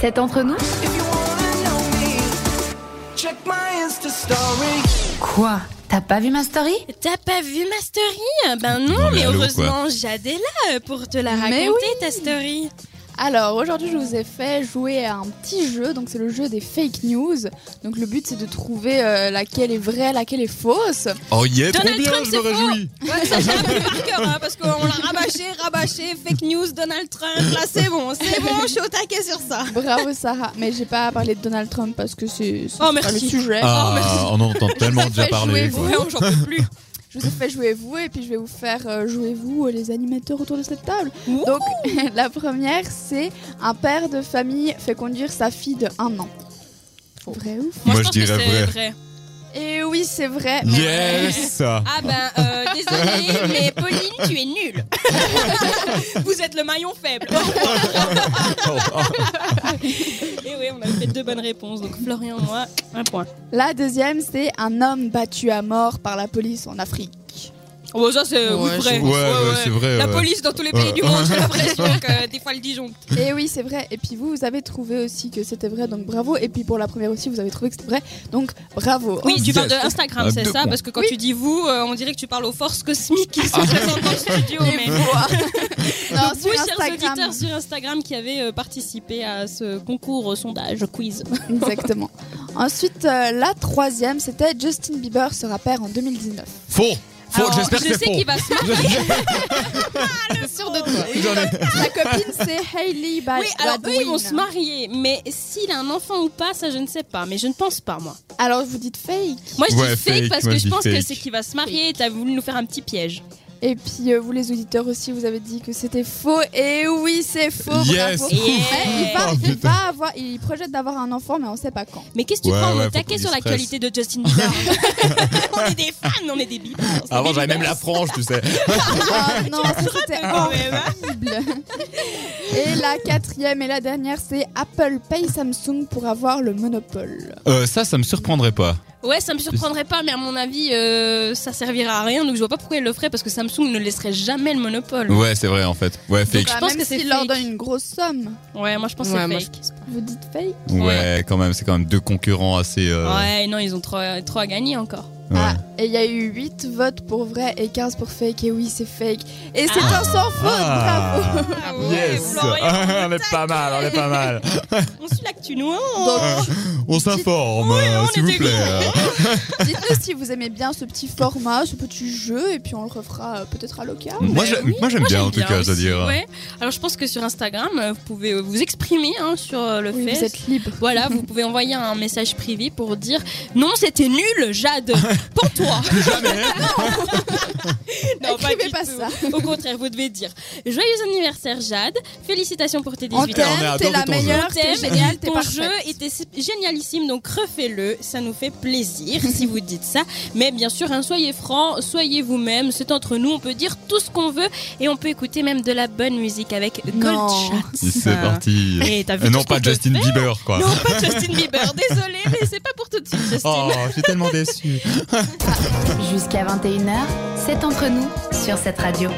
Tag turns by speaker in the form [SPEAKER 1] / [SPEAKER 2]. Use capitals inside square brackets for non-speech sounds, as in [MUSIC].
[SPEAKER 1] C'est entre nous
[SPEAKER 2] If you wanna know me, check my Insta story.
[SPEAKER 1] Quoi T'as pas vu ma story
[SPEAKER 3] T'as pas vu ma story Ben non,
[SPEAKER 4] Non, mais
[SPEAKER 3] mais
[SPEAKER 4] allô,
[SPEAKER 3] heureusement, Jade est là euh, pour te la raconter,
[SPEAKER 5] Mais
[SPEAKER 3] ta story.
[SPEAKER 5] Alors aujourd'hui, je vous ai fait jouer à un petit jeu, donc c'est le jeu des fake news. Donc le but c'est de trouver euh, laquelle est vraie, laquelle est fausse.
[SPEAKER 4] Oh yeah, trop
[SPEAKER 3] Donald
[SPEAKER 4] bien,
[SPEAKER 3] Trump,
[SPEAKER 4] je me
[SPEAKER 3] c'est faux.
[SPEAKER 4] réjouis.
[SPEAKER 3] Ouais, ça j'ai appris par cœur, hein, parce qu'on l'a rabâché, rabâché, fake news, Donald Trump, là c'est bon, c'est bon, je suis au taquet sur ça. [LAUGHS]
[SPEAKER 5] Bravo Sarah, mais j'ai pas parlé de Donald Trump parce que c'est c'est
[SPEAKER 3] Oh,
[SPEAKER 5] pas
[SPEAKER 3] merci.
[SPEAKER 5] le sujet.
[SPEAKER 4] Ah,
[SPEAKER 3] [LAUGHS]
[SPEAKER 4] on en entend tellement
[SPEAKER 5] fait
[SPEAKER 4] déjà parler.
[SPEAKER 5] jouer,
[SPEAKER 4] quoi.
[SPEAKER 3] Ouais, j'en peux plus.
[SPEAKER 5] Je vous ai fait jouer vous et puis je vais vous faire euh, jouer vous euh, les animateurs autour de cette table.
[SPEAKER 3] Ouh.
[SPEAKER 5] Donc [LAUGHS] la première c'est un père de famille fait conduire sa fille de 1 an. Vrai ou faux
[SPEAKER 4] Moi, je
[SPEAKER 3] pense
[SPEAKER 4] dirais
[SPEAKER 3] que c'est
[SPEAKER 4] vrai.
[SPEAKER 5] Et oui c'est vrai. mais-
[SPEAKER 3] [LAUGHS]
[SPEAKER 4] Yes
[SPEAKER 3] Ah ben, euh, désolé, mais Pauline, tu es nulle. [LAUGHS] Vous êtes le maillon faible.
[SPEAKER 4] Oh,
[SPEAKER 3] oh. Et Eh oui, on a fait deux bonnes réponses, donc Florian, moi, un point.
[SPEAKER 5] La deuxième c'est un homme battu à mort par la police en Afrique.
[SPEAKER 3] Bon, ça c'est oui,
[SPEAKER 5] Ouais,
[SPEAKER 3] vrai.
[SPEAKER 4] Ouais, ouais, c'est vrai.
[SPEAKER 3] La
[SPEAKER 4] ouais.
[SPEAKER 3] police dans tous les pays
[SPEAKER 4] Ouais.
[SPEAKER 3] du monde,
[SPEAKER 4] [LAUGHS]
[SPEAKER 3] j'ai l'impression que des fois le Dijon.
[SPEAKER 5] Et oui, c'est vrai. Et puis vous, vous avez trouvé aussi que c'était vrai, donc bravo. Et puis pour la première aussi, vous avez trouvé que c'était vrai, donc bravo. Hein.
[SPEAKER 3] Oui, tu
[SPEAKER 4] Yes.
[SPEAKER 3] parles de Instagram,
[SPEAKER 4] Ah,
[SPEAKER 3] c'est
[SPEAKER 4] deux
[SPEAKER 3] ça
[SPEAKER 4] points.
[SPEAKER 3] Parce que quand tu dis vous, euh, on dirait que tu parles aux forces cosmiques qui
[SPEAKER 4] Ah.
[SPEAKER 3] sont présentes dans le studio. Mais [LAUGHS]
[SPEAKER 5] [LAUGHS] Non,
[SPEAKER 3] vous,
[SPEAKER 5] euh, sur
[SPEAKER 3] chers
[SPEAKER 5] Instagram.
[SPEAKER 3] auditeurs sur Instagram qui avez euh, participé à ce concours euh, sondage quiz.
[SPEAKER 5] Exactement. Ensuite, euh, la troisième, c'était Justin Bieber sera père en 2019.
[SPEAKER 4] Faux Faux,
[SPEAKER 3] Alors,
[SPEAKER 4] j'espère que
[SPEAKER 3] je
[SPEAKER 4] c'est
[SPEAKER 3] sais
[SPEAKER 4] faux.
[SPEAKER 3] qu'il va se
[SPEAKER 5] C'est sûr de toi.
[SPEAKER 4] J'en ai-
[SPEAKER 5] La copine, c'est Hailey Bal-
[SPEAKER 3] Oui, alors eux, ils vont
[SPEAKER 5] Baldwin.
[SPEAKER 3] se marier, mais s'il a un enfant ou pas, ça je ne sais pas, mais je ne pense pas, moi.
[SPEAKER 5] Alors vous dites fake.
[SPEAKER 3] Moi, je
[SPEAKER 4] Ouais,
[SPEAKER 3] dis fake
[SPEAKER 4] fake,
[SPEAKER 3] parce
[SPEAKER 4] moi,
[SPEAKER 3] que
[SPEAKER 4] je
[SPEAKER 3] je
[SPEAKER 4] dis
[SPEAKER 3] pense que
[SPEAKER 4] fake.
[SPEAKER 3] c'est qu'il va se marier et t'as voulu nous faire un petit piège.
[SPEAKER 5] Et puis euh, vous, les auditeurs aussi, vous avez dit que c'était faux. Et oui, c'est faux.
[SPEAKER 4] Yes.
[SPEAKER 5] Bravo.
[SPEAKER 3] Yeah.
[SPEAKER 5] Mais il, va,
[SPEAKER 4] Oh,
[SPEAKER 5] il
[SPEAKER 4] putain.
[SPEAKER 5] va avoir, il projette d'avoir un enfant, mais on sait pas quand.
[SPEAKER 3] Mais qu'est-ce que tu
[SPEAKER 4] Ouais,
[SPEAKER 3] prends
[SPEAKER 4] ouais,
[SPEAKER 3] au
[SPEAKER 4] faut
[SPEAKER 3] taquet
[SPEAKER 4] qu'on
[SPEAKER 3] sur la
[SPEAKER 4] distresse.
[SPEAKER 3] qualité de Justin
[SPEAKER 4] [LAUGHS]
[SPEAKER 3] Bieber On est des fans, on est des bibers.
[SPEAKER 4] Avant, j'avais
[SPEAKER 3] j'avais
[SPEAKER 4] même la frange,
[SPEAKER 3] [LAUGHS]
[SPEAKER 4] tu sais.
[SPEAKER 5] Ah non, ça, c'était horrible. Et la quatrième et la dernière, c'est Apple paye Samsung pour avoir le monopole.
[SPEAKER 4] Euh, ça, ça me surprendrait pas.
[SPEAKER 3] Ouais, ça me surprendrait pas, mais à mon avis, euh, ça servira à rien, donc je vois pas pourquoi il le ferait, parce que Samsung ne laisserait jamais le monopole.
[SPEAKER 4] Ouais, c'est vrai en fait. Ouais, fake.
[SPEAKER 3] je
[SPEAKER 5] Bah,
[SPEAKER 3] pense
[SPEAKER 5] même
[SPEAKER 3] que c'est
[SPEAKER 5] s'il leur
[SPEAKER 3] fake.
[SPEAKER 5] donne une grosse somme.
[SPEAKER 3] Ouais, moi je pense que
[SPEAKER 6] Ouais,
[SPEAKER 3] c'est
[SPEAKER 6] moi,
[SPEAKER 3] fake.
[SPEAKER 5] Vous dites fake
[SPEAKER 4] Ouais, quand même, c'est quand même deux concurrents assez. euh,
[SPEAKER 3] euh, Ouais, non, ils ont trop, trop à gagner encore.
[SPEAKER 4] ouais.
[SPEAKER 5] Ah, Et il y a eu 8 votes pour vrai et 15 pour fake. Et oui, c'est fake. Et c'est
[SPEAKER 3] Ah.
[SPEAKER 5] un sans faute, bravo [LAUGHS]
[SPEAKER 4] Ah,
[SPEAKER 3] Bravo.
[SPEAKER 4] yes Ah.
[SPEAKER 3] Florian,
[SPEAKER 4] [LAUGHS] On est pas mal, on est
[SPEAKER 3] [LAUGHS]
[SPEAKER 4] pas mal.
[SPEAKER 3] On suit l'actu, nous, hein
[SPEAKER 4] Euh, [LAUGHS] on s'informe, euh,
[SPEAKER 3] on
[SPEAKER 4] s'il vous
[SPEAKER 3] était
[SPEAKER 4] plaît.
[SPEAKER 3] Oh,
[SPEAKER 5] Dites-nous si vous aimez bien ce petit format, ce petit jeu, et puis on le refera euh, peut-être à l'occasion.
[SPEAKER 4] Moi, j'ai- moi, j'aime bien,
[SPEAKER 3] J'aime
[SPEAKER 4] en tout cas,
[SPEAKER 3] aussi,
[SPEAKER 4] c'est-à-dire.
[SPEAKER 3] ouais. Alors je pense que sur Instagram, euh, vous pouvez euh, vous exprimer hein, sur euh, le
[SPEAKER 5] Oui,
[SPEAKER 3] fait.
[SPEAKER 5] vous êtes libre.
[SPEAKER 3] Voilà, vous pouvez envoyer un message privé pour dire non, c'était nul,
[SPEAKER 4] [LAUGHS]
[SPEAKER 3] Jade, pour toi.
[SPEAKER 4] Plus jamais
[SPEAKER 3] Non, pas
[SPEAKER 5] Écrivez
[SPEAKER 3] du
[SPEAKER 5] pas
[SPEAKER 3] tout.
[SPEAKER 5] ça.
[SPEAKER 3] Au contraire, vous devez dire joyeux anniversaire, Jade. Félicitations pour tes
[SPEAKER 5] On
[SPEAKER 3] 18 ans.
[SPEAKER 4] on a
[SPEAKER 5] t'aime, t'es
[SPEAKER 4] adoré
[SPEAKER 5] la
[SPEAKER 4] ton jeu.
[SPEAKER 5] meilleure,
[SPEAKER 3] On
[SPEAKER 5] t'es
[SPEAKER 3] t'aime,
[SPEAKER 5] géniale, t'es
[SPEAKER 3] ton
[SPEAKER 5] parfaite.
[SPEAKER 3] jeu était si- génialissime, donc refais-le, ça nous fait plaisir [LAUGHS] si vous dites ça. Mais bien sûr, hein, soyez francs, soyez vous-même, c'est entre nous, on peut dire tout ce qu'on veut et on peut écouter même de la bonne musique avec
[SPEAKER 5] Non.
[SPEAKER 3] Goldschatz.
[SPEAKER 4] C'est parti.
[SPEAKER 3] Et t'as vu tout
[SPEAKER 4] Et Euh, non,
[SPEAKER 3] ce qu'on
[SPEAKER 4] pas
[SPEAKER 3] peut
[SPEAKER 4] Justin
[SPEAKER 3] faire
[SPEAKER 4] Bieber, quoi.
[SPEAKER 3] Non, pas Justin Bieber, désolé, mais c'est pas pour tout de suite, Justin.
[SPEAKER 4] [LAUGHS] Oh, je suis tellement déçu.
[SPEAKER 1] Jusqu'à 21h, c'est entre nous sur cette radio.